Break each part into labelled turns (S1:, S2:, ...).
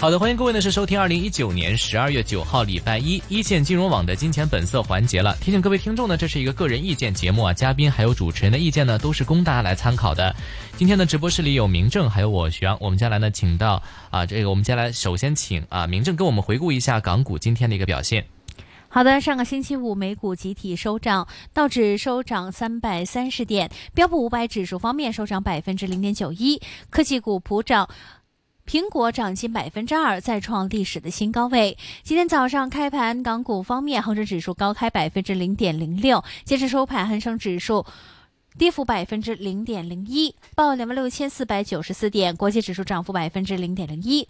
S1: 好的，欢迎各位呢是收听二零一九年十二月九号礼拜一一线金融网的金钱本色环节了。提醒各位听众呢，这是一个个人意见节目啊，嘉宾还有主持人的意见呢都是供大家来参考的。今天的直播室里有明正，还有我徐阳，我们接下来呢请到啊这个我们接下来首先请啊明正跟我们回顾一下港股今天的一个表现。
S2: 好的，上个星期五美股集体收涨，道指收涨三百三十点，标普五百指数方面收涨百分之零点九一，科技股普涨。苹果涨近百分之二，再创历史的新高位。今天早上开盘，港股方面，恒生指数高开百分之零点零六，截至收盘，恒生指数跌幅百分之零点零一，报两万六千四百九十四点。国际指数涨幅百分之零点零一。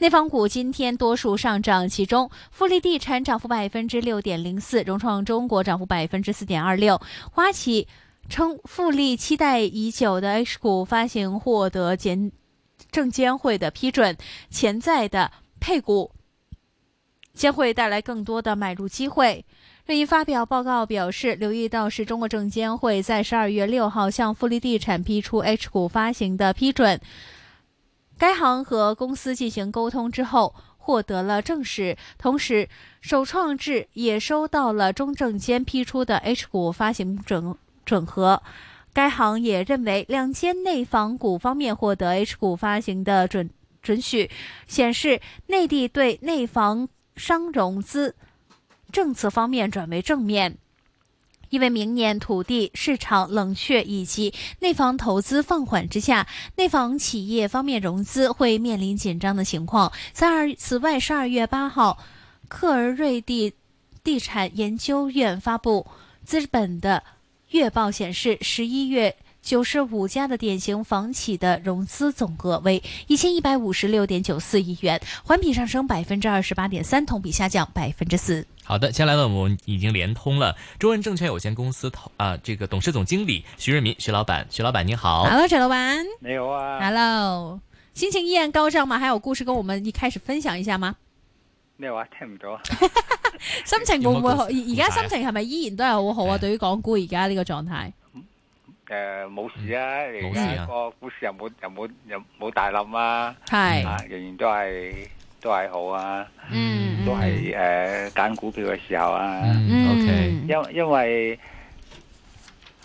S2: 内房股今天多数上涨，其中富力地产涨幅百分之六点零四，融创中国涨幅百分之四点二六，花旗称富力期待已久的 H 股发行获得减。证监会的批准，潜在的配股将会带来更多的买入机会。瑞银发表报告表示，留意到是中国证监会在十二月六号向富力地产批出 H 股发行的批准，该行和公司进行沟通之后。获得了证实，同时首创智也收到了中证监批出的 H 股发行准准核，该行也认为，两间内房股方面获得 H 股发行的准准许，显示内地对内房商融资政策方面转为正面。因为明年土地市场冷却以及内房投资放缓之下，内房企业方面融资会面临紧张的情况。在二，此外，十二月八号，克尔瑞地地产研究院发布资本的。月报显示，十一月九十五家的典型房企的融资总额为一千一百五十六点九四亿元，环比上升百分之二十八点三，同比下降百分之四。
S1: 好的，接下来呢，我们已经连通了中润证券有限公司投啊、这个董事总经理徐润民徐老板，徐老板您好。
S2: Hello，陈老板
S3: 你好
S2: À.
S3: 啊，
S2: ，Hello，心情依然高涨吗？还有故事跟我们一开始分享一下吗？
S3: 咩話聽唔到啊？
S2: 心情會唔會好？而
S1: 有冇故事
S2: 而家心情係咪依然都係好好
S1: 係啊
S2: 啊？對於港股而家呢個狀態，
S3: 诶，冇事啊，
S1: 冇
S3: 而
S1: 事啊
S3: 家個股市又冇又冇又冇大冧啊，
S2: 係
S3: 啊，仍然都係都係好啊，
S2: 嗯
S3: 都係诶揀股票嘅時候啊，
S1: 嗯，OK，
S2: 嗯
S3: 因因为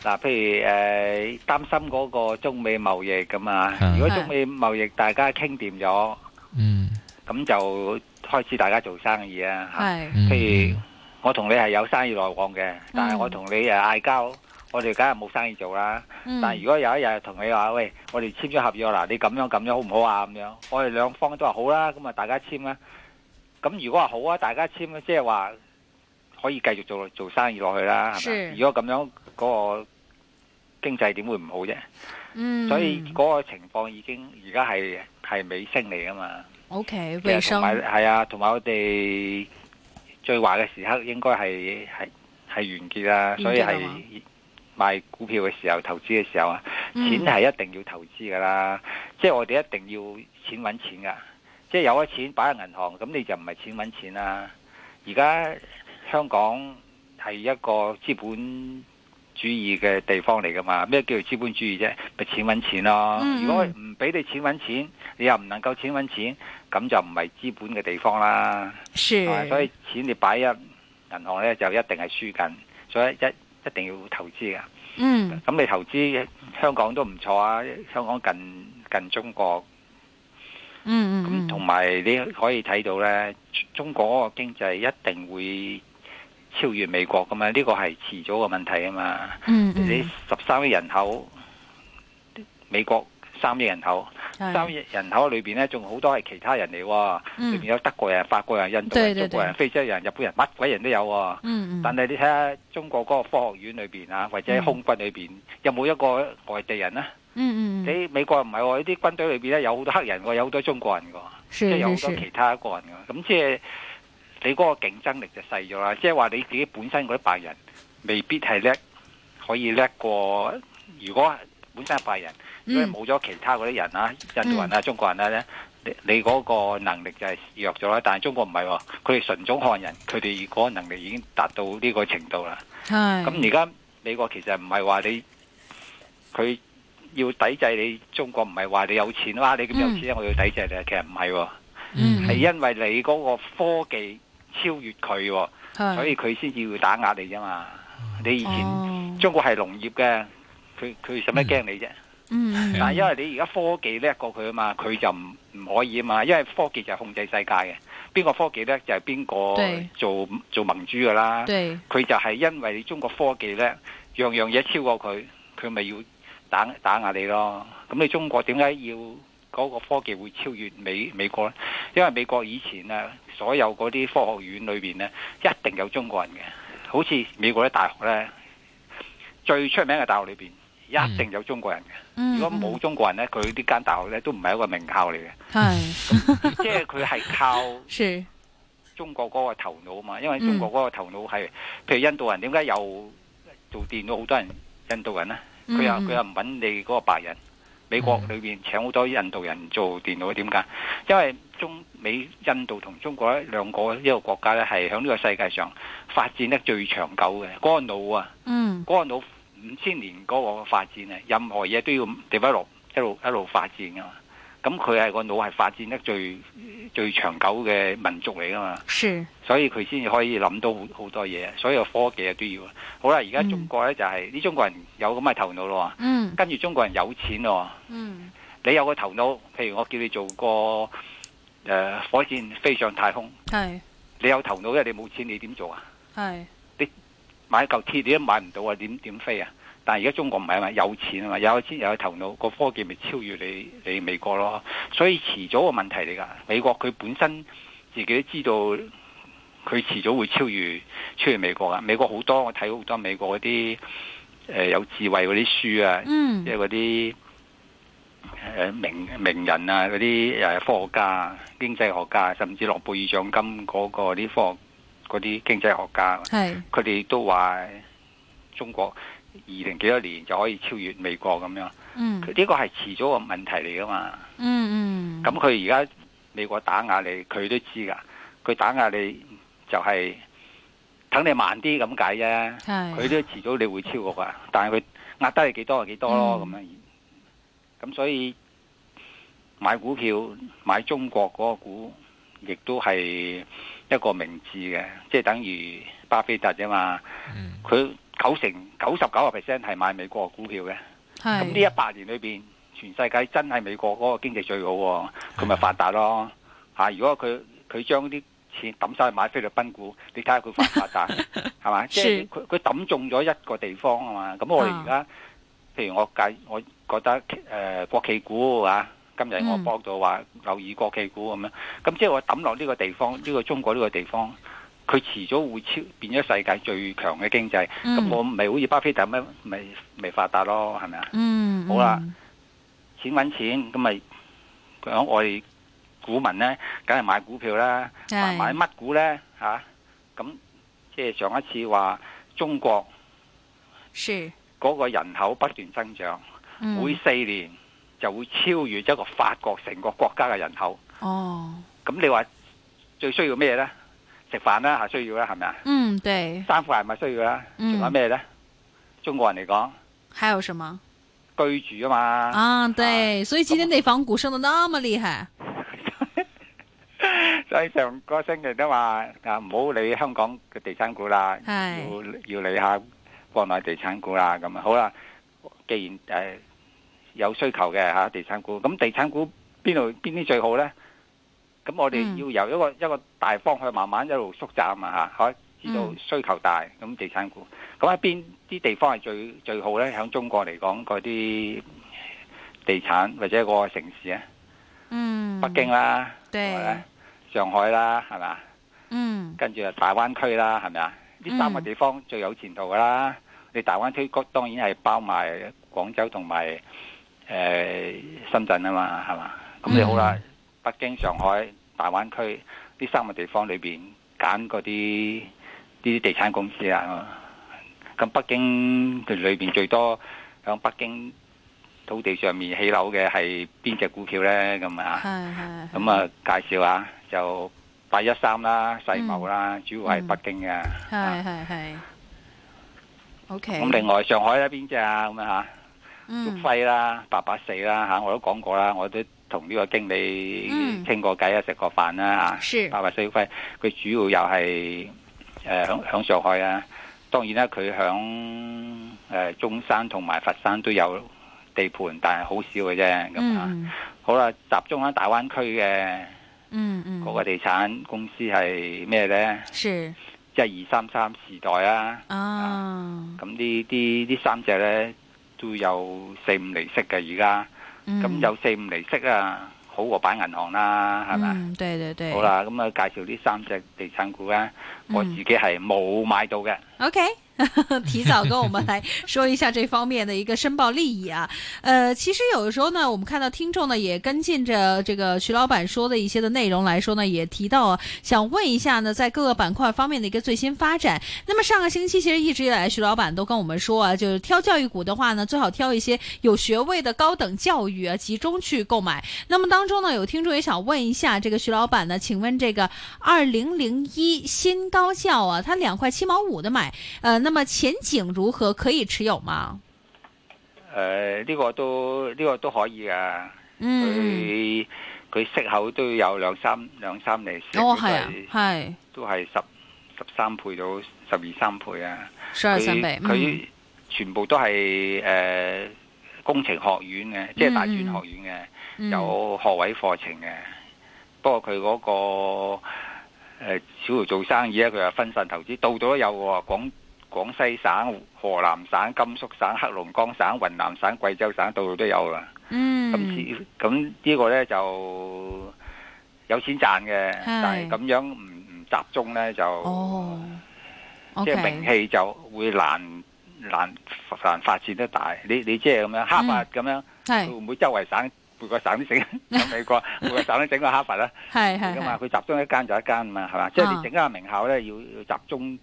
S3: 嗱，譬如诶擔心嗰個中美貿易咁啊
S1: 嗯，
S3: 如果中美貿易大家傾掂咗，
S1: 嗯，
S3: 咁就開始大家做生意啊吓。
S2: 係
S1: 嗯
S3: 譬如我同你係有生意來往嘅，但係我同你诶嗌交，我哋梗係冇生意做啦。
S2: 嗯
S3: 但係如果有一日同你話，喂，我哋簽咗合約啦，你咁樣咁樣好唔好啊？咁樣，我哋兩方都話好啦，咁啊大家簽啦。咁如果話好啊，大家簽咧，即係話可以繼續做做生意落去啦，係
S2: 是
S3: 咪？啊如果咁樣嗰、個經濟點會唔好啫？
S2: 嗯
S3: 所以嗰個情況已經而家係係尾聲嚟噶嘛。
S2: OK
S3: 其實
S2: 衛生
S3: 同埋係啊，同埋我哋最壞嘅時刻應該係係係完結啦，所以
S2: 完結
S3: 係
S2: 啦嘛
S3: 買股票嘅時候、投資嘅時候啊。
S2: 嗯
S3: 錢係一定要投資噶啦，即係我哋一定要錢揾錢噶，即係有咗錢擺喺銀行，咁你就唔係錢揾錢啦。而家香港係一個資本主義嘅地方嚟噶嘛，咩叫做資本主義啫？咪錢揾錢咯。
S2: 嗯嗯
S3: 如果唔俾你錢揾錢，你又唔能夠錢揾錢，咁就唔係資本嘅地方啦。
S2: 是
S3: 係咪所以錢你擺入銀行呢，就一定係輸緊，所以一一定要投資噶。
S2: 嗯。
S3: 咁你投資香港都唔錯啊，香港近近中國，
S2: 嗯嗯
S3: 咁同埋你可以睇到呢，中中國嗰個經濟一定會超越美國噶嘛，呢個係遲早嘅問題啊嘛。
S2: 嗯
S3: 你十三億人口，美國三億人口，三億人口裏邊呢，仲好多係其他人嚟喎，裏邊有德國人、法國人、印
S2: 嗯
S3: 度
S2: 對
S3: 人、
S2: 對
S3: 中國人、非洲人、日本人，乜鬼人都有喎。
S2: 嗯嗯
S3: 但係你睇下中國嗰個科學院裏邊啊，或者喺空軍裏邊，有冇一個外地人呢？
S2: 嗯嗯
S3: 你美國唔係喎，呢啲軍隊裏邊咧有好多黑人喎，有好多中國人喎，即係有
S2: 嗯是
S3: 好
S2: 是
S3: 多
S2: 是
S3: 其他個人㗎。咁即係你嗰個競爭力就細咗啦。即係話你自己本身嗰啲白人未必係叻，可以叻過如果本身係白人，如果
S2: 嗯
S3: 冇咗其他嗰啲人啊，印度人啊、中國人啊咧，你你嗰個能力就係弱咗啦。但係中國唔係喎，佢哋純種漢人，佢哋嗰個能力已經達到呢個程度啦。
S2: 係
S3: 咁而家美國其實唔係話你佢要抵制你中國，唔係話你有錢哇，你咁有錢我要抵制你，其實唔係喎，
S2: 嗯
S3: 係因為你嗰個科技超越佢喎，
S2: 係
S3: 所以佢先至要打壓你啫嘛。你以前
S2: 嗯哦
S3: 中國係農業嘅，佢佢使乜驚你啫？
S2: 嗯
S3: 但係因為你而家科技叻過佢啊嘛，佢就唔唔可以啊嘛，因為科技就係控制世界嘅，邊個科技叻就係邊個
S2: 對
S3: 做做盟主噶啦。
S2: 對
S3: 佢就係因為你中國科技咧，樣樣嘢超過佢，佢咪要打打壓你咯。咁你中國點解要嗰個科技會超越美美國咧？因為美國以前啊，所有嗰啲科學院裏邊咧，一定有中國人嘅。好似美國啲大學咧，最出名嘅大學裏邊一定有中國人嘅。
S2: 嗯
S3: 如果冇中國人咧，佢呢間大學咧都唔係一個名校嚟嘅，
S2: 係
S3: 即係佢係靠。
S2: 是
S3: 中國嗰個頭腦嘛，因為中國嗰個頭腦係，譬如印度人點解又做電腦好多人印度人呢？佢又
S2: 嗯
S3: 佢又唔揾你嗰個白人，美國裏邊請好多印度人做電腦，點解？因為中美印度同中國呢兩個呢個國家呢，係喺呢個世界上發展得最長久嘅，嗰、個腦啊，
S2: 嗯
S3: 嗰、個腦五千年嗰個發展啊，任何嘢都要 develop 一路一路發展噶嘛。咁佢係個腦係發展得最最長久嘅民族嚟噶嘛。
S2: 是
S3: 所以佢先至可以諗到好好多嘢，所有科技啊都要。好啦，而家
S2: 嗯
S3: 中國呢，就係、啲中國人有咁嘅頭腦咯，
S2: 嗯
S3: 跟住中國人有錢咯。
S2: 嗯
S3: 你有個頭腦，譬如我叫你做個誒、呃火箭飛上太空，
S2: 係
S3: 你有頭腦，因為你冇錢，你點做啊？
S2: 係
S3: 買嚿鐵你都買唔到啊，點點飛啊？但係而家中國唔係啊嘛，有錢啊嘛，有錢又有頭腦，個科技咪超越你你美國咯。所以遲早個問題嚟㗎。美國佢本身自己都知道，佢遲早會超越超越美國㗎。美國好多我睇好多美國嗰啲誒有智慧嗰啲書啊，
S2: 嗯
S3: 即係嗰啲誒名名人啊，嗰啲誒科學家啊、經濟學家，甚至諾貝爾獎金嗰個啲科學嗰啲經濟學家。
S2: 係
S3: 佢哋都話中國二零幾多年就可以超越美國咁樣，呢
S2: 嗯
S3: 個係遲早個問題嚟噶嘛。
S2: 嗯嗯
S3: 咁佢而家美國打壓你，佢都知噶，佢打壓你就係等你慢啲咁解啫。
S2: 係
S3: 佢都遲早你會超過噶，但係佢壓低你幾多就幾多咯
S2: 嗯
S3: 咁、樣。咁所以買股票買中國嗰個股，亦都係一個明智嘅，即係等於巴菲特啫嘛。
S1: 嗯
S3: 佢九成九十九個 percent 係買美國嘅股票嘅。咁呢
S2: 係
S3: 一百年裏邊，全世界真係美國嗰個經濟最好喎，佢咪發達咯嚇、如果佢佢將啲錢抌晒去買菲律賓股，你睇下佢發唔 發達係嘛？即係佢佢抌中咗一個地方啊嘛。咁我哋而家譬如我介，我覺得誒、呃、國企股啊。今日我
S2: 嗯
S3: 幫到話留意國企股咁樣，咁即係我抌落呢個地方，呢、個中國呢個地方，佢遲早會超變咗世界最強嘅經濟。咁
S2: 嗯
S3: 我咪好似巴菲特咁樣，咪咪發達咯，係咪啊？
S2: 嗯
S3: 好啦錢揾錢，咁咪講我哋股民咧，梗係買股票啦，買
S2: 係
S3: 買乜股咧嚇？咁、即係上一次話中國
S2: 是
S3: 嗰個人口不斷增長，
S2: 嗯
S3: 每四年就會超越一個法國成個國家嘅人口。
S2: 哦
S3: 咁你話最需要咩咧？食飯啦，係需要啦，係咪啊？
S2: 嗯對，
S3: 衫褲係咪需要啦？
S2: 嗯
S3: 仲有咩咧？中國人嚟
S2: 還有什麼
S3: 講居住啊啊嘛。
S2: 啊？對，所以今天內房股升得那麼厲害，
S3: 所以上個星期都話啊，唔好理香港嘅地產股啦，
S2: 係
S3: 要要理下國內地產股啦。咁啊，好啦，既然誒、呃有需求嘅嚇、地產股，咁地產股邊度邊啲最好呢？咁我哋
S2: 嗯
S3: 要由一個、一個大方向慢慢一路縮窄啊嘛嚇，可以知道
S2: 嗯
S3: 需求大，咁地產股，咁喺邊啲地方係最最好呢？喺中國嚟講，嗰啲地產或者個城市啊，
S2: 嗯，
S3: 北京啊啦。
S2: 對，
S3: 上海啦，係咪？
S2: 嗯
S3: 跟住啊大灣區啦，係咪啊？呢三個
S2: 嗯
S3: 地方最有前途噶啦。你大灣區嗰當然係包埋廣州同埋誒深圳啊嘛，係嘛？咁你好啦，北京、上海、大灣區呢三個地方裏邊揀嗰啲呢啲地產公司啊。咁北京佢裏邊最多響北京土地上面起樓嘅係邊只股票呢？咁啊？
S2: 係係。
S3: 咁啊，介紹下就八一三啦、世茂啦，主要係北京嘅。
S2: 係
S3: 啊
S2: 係係。O K。
S3: 咁另外上海咧邊只啊？咁啊嚇，旭
S2: 嗯
S3: 輝啦、八八四啦嚇，我都講過啦，我都同呢個經理
S2: 嗯
S3: 傾過偈啊，食過飯啦
S2: 是
S3: 嚇。八八四旭輝，佢主要又係誒響響上海啊。當然啦，佢響誒中山同埋佛山都有地盤，但係好少嘅啫。咁啊，
S2: 嗯
S3: 好啦，集中喺大灣區嘅。
S2: 嗯嗯。
S3: 嗰個地產公司係咩呢？
S2: 是
S3: 即係二三三時代啊！
S2: 啊。
S3: 咁呢啲呢三隻呢，都有四五厘息嘅而家，
S2: 嗯
S3: 咁、有四五厘息啊，好過擺銀行啦，係咪？
S2: 嗯，對對對。
S3: 好。啦，咁啊介紹呢三隻地產股呢，我自己係冇買到嘅。
S2: OK，提早跟我们来说一下这方面的一个申报利益啊。 呃，其实有的时候呢，我们看到听众呢也跟进着这个徐老板说的一些的内容来说呢，也提到啊，想问一下呢，在各个板块方面的一个最新发展。那么上个星期其实一直以来，徐老板都跟我们说啊，就是挑教育股的话呢，最好挑一些有学位的高等教育啊，集中去购买。那么当中呢，有听众也想问一下这个徐老板呢，请问这个二零零一新高校啊，它两块七毛五的买，呃，那么前景如何？可以持有吗？
S3: 誒、呢、個都呢、個都可以㗎。
S2: 嗯，
S3: 佢佢息口都有兩三兩三厘息，
S2: 哦，
S3: 都
S2: 系啊，系
S3: 都係十十三倍到十二三倍啊。
S2: 十二三嗯倍，
S3: 佢全部都係誒、呃工程學院嘅，即係大專學院嘅，
S2: 嗯
S3: 有學位課程嘅。不過佢嗰、個、呃、小豪做生意咧，佢係分散投資，度度都有喎。廣廣西省、河南省、甘肅省、黑龍江省、雲南省、貴州省，度度都有啦。
S2: 嗯
S3: 咁
S2: 嗯
S3: 呢咁呢個呢就有錢賺嘅，但係咁樣唔唔集中呢就。
S2: 哦
S3: 即係名
S2: ，OK，
S3: 氣就會難難難發展得大。你你即係咁
S2: 嗯
S3: 樣哈佛咁樣，會
S2: 系
S3: 唔會周圍省每個省都整？ 咁美國每個省都整個哈 佛啦，
S2: 系系
S3: 咁嘛，啊
S2: 系，
S3: 佢集中一間就一間嘛，係嘛？即係
S2: 啊
S3: 你整間名校咧，要要集中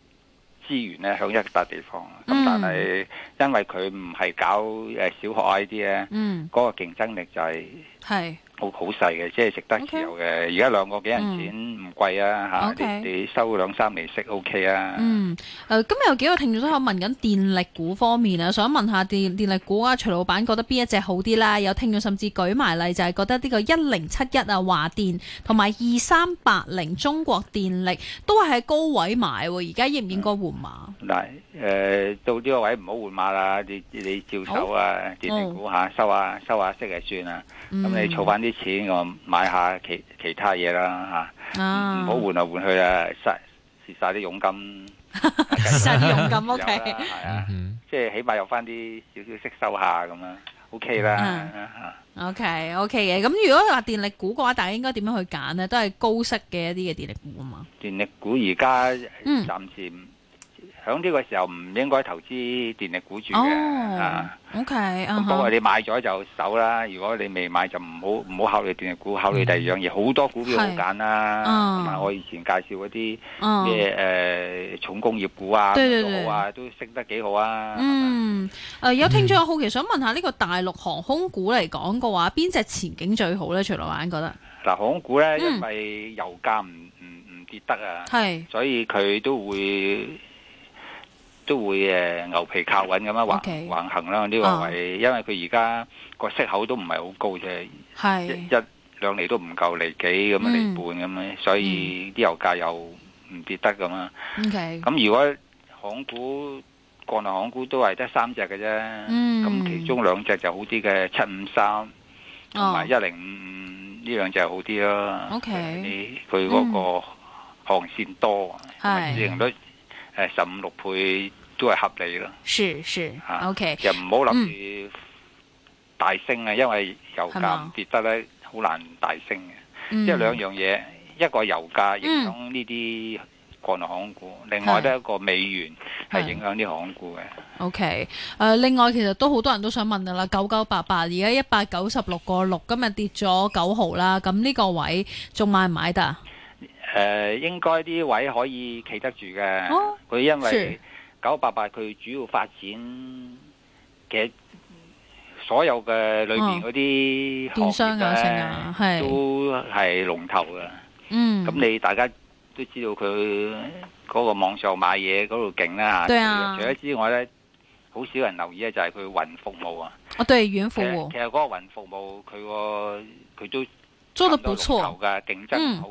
S3: 資源咧向一笪地方。啊
S2: 嗯
S3: 咁但係因為佢唔係搞誒小學啊呢啲咧，
S2: 嗯
S3: 嗰個競爭力就係。
S2: 系
S3: 好好細嘅，即係值得持有嘅。而家兩個幾人錢唔貴啊，嚇
S2: 嗯 OK
S3: 你你收兩三厘息 OK 啊。
S2: 嗯，诶，今日有幾個聽眾都有問緊電力股方面啊，想問下 電電力股啊，徐老闆覺得邊一隻好啲啦？有聽眾甚至舉埋例，就係覺得呢個一零七一啊華電同埋二三八零中國電力都係喺高位買喎，而家應唔應該換碼？
S3: 嗱，誒、到呢個位唔好換馬啦，你你照手啊，電力股下收下收下息就算啦。咁、
S2: 嗯
S3: 你儲翻啲錢，我買下其其他嘢啦嚇，
S2: 啊
S3: 唔好換來換去啊，蝕蝕曬啲佣金，
S2: 蝕晒啲佣金
S3: 有啦
S2: OK
S3: 係
S1: 嗯
S3: 啊，
S1: 哼，
S3: 即係起碼有翻啲少少息收下咁樣，OK 啦
S2: 嗯
S3: 啊嚇。
S2: OK OK 嘅，咁如果話電力股嘅話，大家應該點樣去揀呢？都係高息嘅一啲嘅電力股啊嘛。
S3: 電力股而家
S2: 嗯
S3: 暫時唔喺呢個時候唔應該投資電力股住嘅、
S2: 哦
S3: 啊。
S2: ，OK，啊
S3: 咁不過
S2: 哈，
S3: 你買咗就守啦，如果你未買就唔好唔好考慮電力股，考慮第二樣嘢，好多股票好揀啦。
S2: 嗯
S3: 同埋我以前介紹嗰啲
S2: 嗯。
S3: 咩誒重工業股啊，
S2: 對對
S3: 都好啊，都升得幾好啊。
S2: 嗯，誒、有聽眾好奇想問下呢個大陸航空股嚟講嘅話，邊隻前景最好咧？徐老闆覺得
S3: 嗱，航空股咧，
S2: 嗯
S3: 因為油價唔唔唔跌得啊，
S2: 係
S3: 所以佢都會都會誒牛皮靠穩咁樣橫
S2: OK
S3: 橫行啦呢個
S2: 啊
S3: 位，因為佢而家個息口都唔係好高啫。一
S2: 係
S3: 一兩厘都唔夠厘幾咁啊，厘
S2: 哎嗯
S3: 半咁樣，所以啲油價又唔跌得咁啊。
S2: OK，
S3: 咁如果港股、國內港股都係得三隻嘅啫，咁、
S2: 嗯
S3: 其中兩隻就好啲嘅，七五三同埋一
S2: 哦
S3: 零五五呢兩隻好啲啦。
S2: OK 嗯
S3: 你佢嗰個航線多，啊同埋市
S2: 係
S3: 盈率誒十五六倍都係合理啦。
S2: 是是
S3: 啊
S2: OK，
S3: 就唔好諗住大升啊，因為油
S2: 係
S3: 價
S2: 嘛
S3: 唔跌得咧，好難大升嘅。
S2: 嗯
S3: 即係兩樣嘢，一個油價影響呢啲國內航空股，另外咧一個美元係
S2: 係
S3: 影響啲航空股嘅。
S2: OK，誒、另呃外其實都好多人都想問噶啦，九九八八而家一百九十六個六，今日跌咗九毫啦，咁呢個位仲買唔買得啊？
S3: 誒、應該啲位可以企得住嘅。佢、
S2: 哦
S3: 因
S2: 是
S3: 為九八八佢主要發展嘅所有嘅裏面嗰啲
S2: 哦電
S3: 行
S2: 商
S3: 業
S2: 啊，成
S3: 咧
S2: 啊，係，
S3: 都係龍頭嘅。
S2: 嗯，
S3: 咁你大家都知道佢嗰個網上買嘢嗰度勁啦
S2: 對啊
S3: 除咗之外咧，好少人留意咧就係佢雲服務啊。
S2: 哦，對，雲服
S3: 其實
S2: 務
S3: 其實嗰個雲服務佢個佢都
S2: 做得
S3: 差唔
S2: 不
S3: 多
S2: 錯
S3: 龍頭，㗎，競
S2: 嗯
S3: 爭好，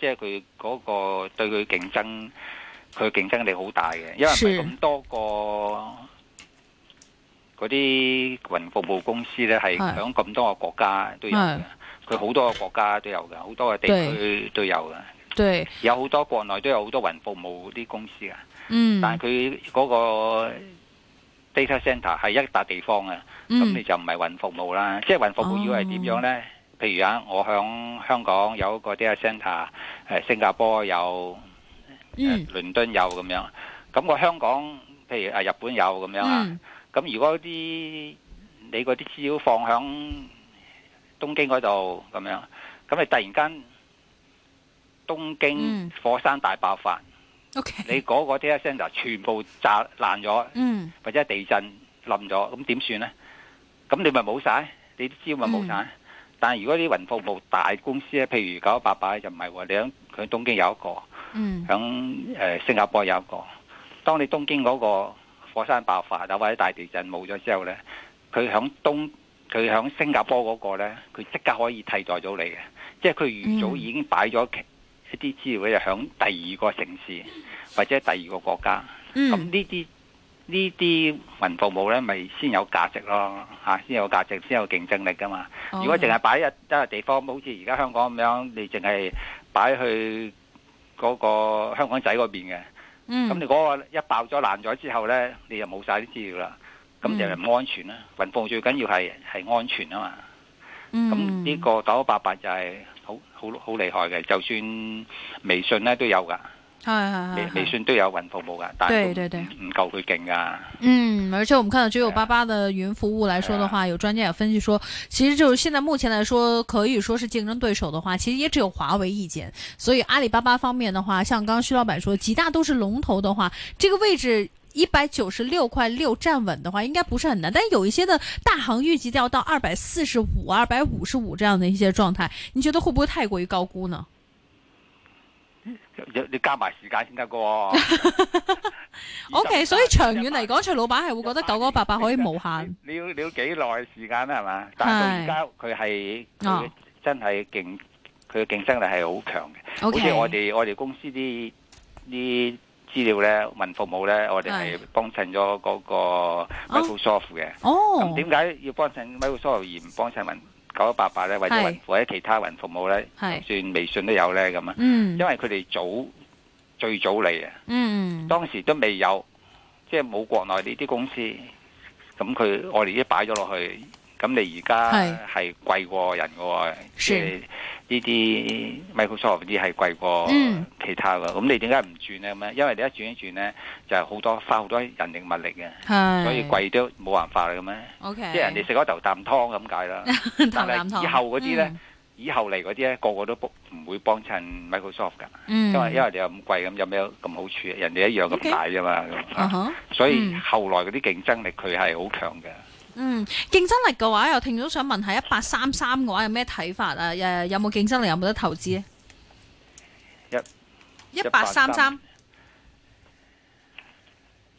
S3: 即係佢嗰個對佢競爭，佢競爭力好大嘅，因為唔係
S2: 是
S3: 咁多個嗰啲雲服務公司咧，係
S2: 係
S3: 響咁多個國家都有嘅
S2: 係，
S3: 佢好多個國家都有嘅，好多個地區都有嘅，
S2: 對，
S3: 有好多國內都有好多雲服務啲公司㗎，
S2: 嗯，
S3: 但係佢嗰個 data center 係一笪地方啊。咁你
S2: 嗯，哦
S3: 就唔係雲服務啦。即係雲服務要係點樣呢？譬如啊，我響香港有一個 data center，誒新加坡有，
S2: 嗯
S3: 誒倫敦有咁樣。咁我香港譬如啊日本有咁樣啊。
S2: 嗯，
S3: 咁如果啲你嗰啲資料放響東京嗰度咁樣，咁你突然間東京
S2: 嗯
S3: 火山大爆發，
S2: ，OK，
S3: 你嗰個 data center 全部炸爛咗。
S2: 嗯，
S3: 或者地震冧咗，咁點算呢？咁你咪冇晒，你啲資料咪冇晒。但係如果啲雲服務大公司咧，譬如九八八就唔係喎，你響佢東京有一個，
S2: 嗯，
S3: 響誒、呃新加坡有一個。當你東京嗰個火山爆發啊或者大地震冇咗之後呢，佢響東佢響新加坡嗰個咧，佢即刻可以替代到你嘅，即係佢預早
S2: 嗯
S3: 已經擺咗其一啲資料咧，就響第二個城市或者第二個國家。咁
S2: 嗯，
S3: 呢啲呢啲雲服務咧，咪先有價值咯嚇，啊先有價值，先有競爭力噶嘛。
S2: 哦
S3: 如果淨係擺一一個地方，好似而家香港咁樣，你淨係擺去嗰個香港仔嗰邊嘅，
S2: 嗯
S3: 咁你嗰個一爆咗爛咗之後咧，你就冇晒啲資料啦，咁就係唔安全啦。雲服務最緊要係係安全啊嘛。咁
S2: 嗯
S3: 呢個九八八就係好好好厲害嘅，就算微信咧都有噶，
S2: 係係
S3: 微
S2: 係
S3: 微
S2: 係
S3: 信都有雲服務噶，但係
S2: 對對對
S3: 唔唔夠佢勁噶。
S2: 嗯，而且我们看到九九
S3: 对
S2: 八
S3: 啊
S2: 八的云服务来说的话，有专家也分析说，其实就是现在目前来说，可以说是竞争对手的话，其实也只有华为一间。所以阿里巴巴方面的话，像刚刚徐老板说，几大都是龙头的话，这个位置。一百九十六块六站稳的话，应该不是很难。但有一些的大行预计要到二百四十五、二百五十五这样的一些状态，你觉得会不会太过于高估呢？
S3: 你加埋時間先得嘅 喎。
S2: O K，所以 長遠嚟講，徐老板係會覺得九九八八可以無限。
S3: 你要你要幾耐時間啦，係嘛？但係到而家佢係佢
S2: 哦
S3: 真係競，佢嘅競爭力係好強嘅。
S2: O
S3: 好
S2: K，
S3: 似我哋我哋公司啲啲資料咧，雲服務咧，我哋係幫襯咗嗰個 Microsoft 嘅。咁
S2: 哦，
S3: 點解要幫襯 Microsoft 而唔幫襯雲九一八八咧，或者雲
S2: 係
S3: 或者其他雲服務咧？
S2: 係
S3: 就算微信都有咧咁啊，
S2: 嗯
S3: 因為佢哋早最早嚟啊。
S2: 嗯。
S3: 當時都未有，即係冇國內呢啲公司，咁佢我哋已經擺咗落去，咁你而家
S2: 係
S3: 係貴過人嘅喎，即係
S2: 是
S3: 呢啲 Microsoft 啲係貴過
S2: 嗯
S3: 其他嘅，咁、你點解唔轉呢？咁樣，因為你一轉一轉呢，就係、好多花好多人力物力嘅，
S2: 係，
S3: 所以貴都冇辦法啦咁樣，
S2: O K，
S3: 即係人 哋食嗰頭啖湯咁解啦。
S2: 哋
S3: 但係以後嗰啲呢，，以後嚟嗰啲呢，個個都不唔會幫襯 Microsoft 㗎。
S2: 嗯，
S3: 因為因為你又咁貴咁，有咩咁好處啊？人哋一樣咁大啫嘛，咁
S2: 啊
S3: 啊
S2: 哈
S3: 所以
S2: 嗯
S3: 後來嗰啲競爭力佢係好強嘅。
S2: 嗯，競爭力嘅話，有聽眾想問下一八三三嘅話有咩睇法啊？誒，有冇競爭力？有冇得投資？啊一八三三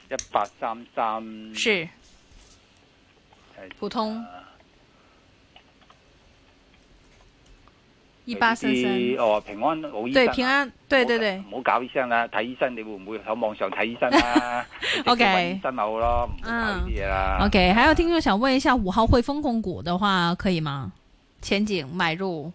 S3: 一八三三嗯呃
S2: 是普通一八三三，
S3: 哦，平安好醫生
S2: 對
S3: 啊
S2: 平，安，對對對，
S3: 唔好搞醫生啦，睇醫生你會唔會喺網上睇醫生啊啦
S2: OK
S3: 醫生咪好咯，唔好搞呢啲嘢啦。
S2: ，OK。還有聽眾想問一下，五號匯豐控股的話可以嗎？前景買入，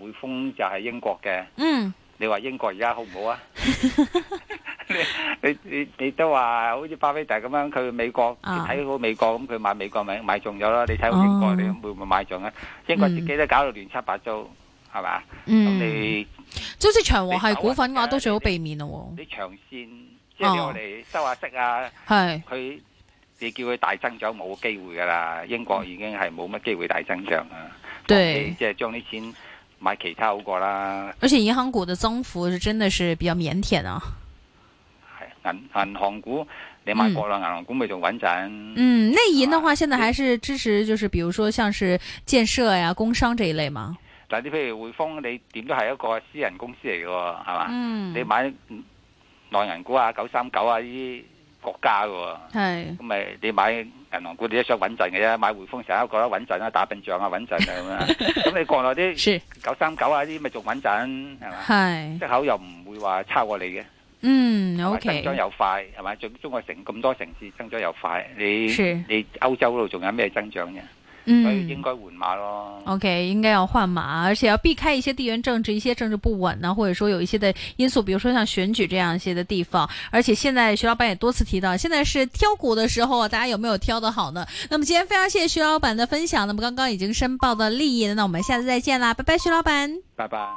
S3: 匯豐就係英國嘅，
S2: 嗯，
S3: 你話英國而家好唔好啊？ 你你你你都話好似巴菲特咁樣，佢美國你
S2: 啊
S3: 睇好美國咁，佢買美國咪買中咗啦。你睇好英國，
S2: 哦
S3: 你會唔會買中啊？英國自己都搞到亂七八糟，係嘛？咁
S2: 嗯，
S3: 你
S2: 即好似長和系股份嘅話，
S3: 你
S2: 都最好避免哦咯
S3: 你長線即係你我哋收下息啊，
S2: 喎，係，
S3: 佢你叫佢大增長冇機會㗎啦。英國已經係冇乜機會大增長啊。
S2: 對
S3: 你。即係將啲錢買其他好過啦。
S2: 而且银行股的增幅是真的是比较腼腆啊。
S3: 係銀銀行股你買國內銀行股咪仲穩陣。
S2: 嗯，内银的
S3: 啊
S2: 话，现在还是支持，就是比如说像是建设呀、工商这一类嘛。
S3: 但係你譬如匯豐，你點都係一個私人公司嚟嘅喎，係嘛？
S2: 嗯，
S3: 你買內銀股啊、九三九啊呢啲國家嘅喎。
S2: 系
S3: 咁咪你買銀行股，你都想穩陣嘅啫，買匯豐成日都覺得穩陣啦，打笨仗啊穩陣啊咁 樣。咁你國內啲
S2: 是
S3: 九三九啊啲咪仲穩陣係嘛？
S2: 系，
S3: 息口又唔會話超過你嘅，
S2: 嗯
S3: 同埋增長
S2: ，OK，
S3: 又快係咪？中中國城咁多城市增長又快，你
S2: 是
S3: 你歐洲嗰度仲有咩增長啫？所以應
S2: 嗯
S3: 該換馬咯。
S2: ，OK，应该要换马，而且要避开一些地缘政治、一些政治不稳呢，或者说有一些的因素，比如说像选举这样一些的地方。而且现在徐老板也多次提到，现在是挑股的时候啊，大家有没有挑的好呢？那么今天非常谢谢徐老板的分享，那么刚刚已经申报的利益，那我们下次再见啦，拜拜，徐老板。
S3: 拜拜。